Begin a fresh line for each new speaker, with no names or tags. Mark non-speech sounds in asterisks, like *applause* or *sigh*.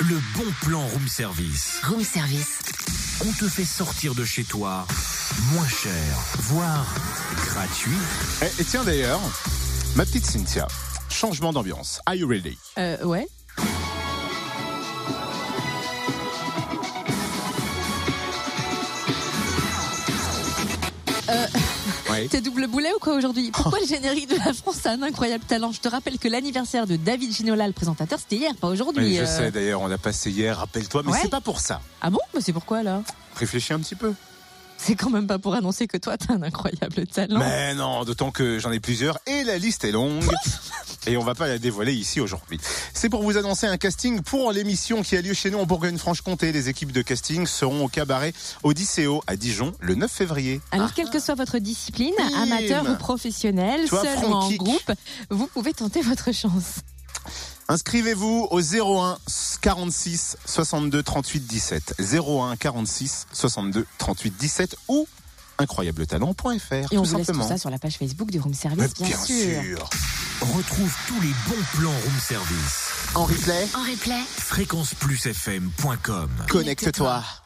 Le bon plan room service.
Room service.
On te fait sortir de chez toi moins cher, voire gratuit.
Eh, Et, et tiens d'ailleurs, ma petite Cynthia, changement d'ambiance. Are you ready?
Euh, ouais.
Oui.
Euh, *laughs*
Oh.
T'es double boulet ou quoi aujourd'hui Pourquoi le générique de la France a un incroyable talent Je te rappelle que l'anniversaire de David Ginola, le présentateur, c'était hier, pas aujourd'hui.
je
euh.
sais d'ailleurs, on l'a passé hier, rappelle-toi, mais
Ouais.
c'est pas pour ça.
Ah bon Mais c'est pourquoi là
Réfléchis un petit peu.
C'est quand même pas pour annoncer que toi, t'as un incroyable talent.
Mais non, d'autant que j'en ai plusieurs et la liste est longue. Et on va pas la dévoiler ici aujourd'hui. C'est pour vous annoncer un casting pour l'émission qui a lieu chez nous en Bourgogne-Franche-Comté. Les équipes de casting seront au cabaret Odysseo à Dijon le 9 février.
Alors, quelle que soit votre discipline,
Bim
amateur ou professionnel,
Toi,
seul ou en
Francky.
groupe, vous pouvez tenter votre chance.
Inscrivez-vous au 01 46 62 38 17. 01 46 62 38 17 ou incroyabletalent.fr.
Et on vous laisse tout
tout simplement.
ça sur la page Facebook du Room
Mais
Service, bien,
bien
sûr.
sûr.
Retrouve tous les bons plans room service.
En replay,
En replay.
Fréquenceplusfm.com
connecte-toi.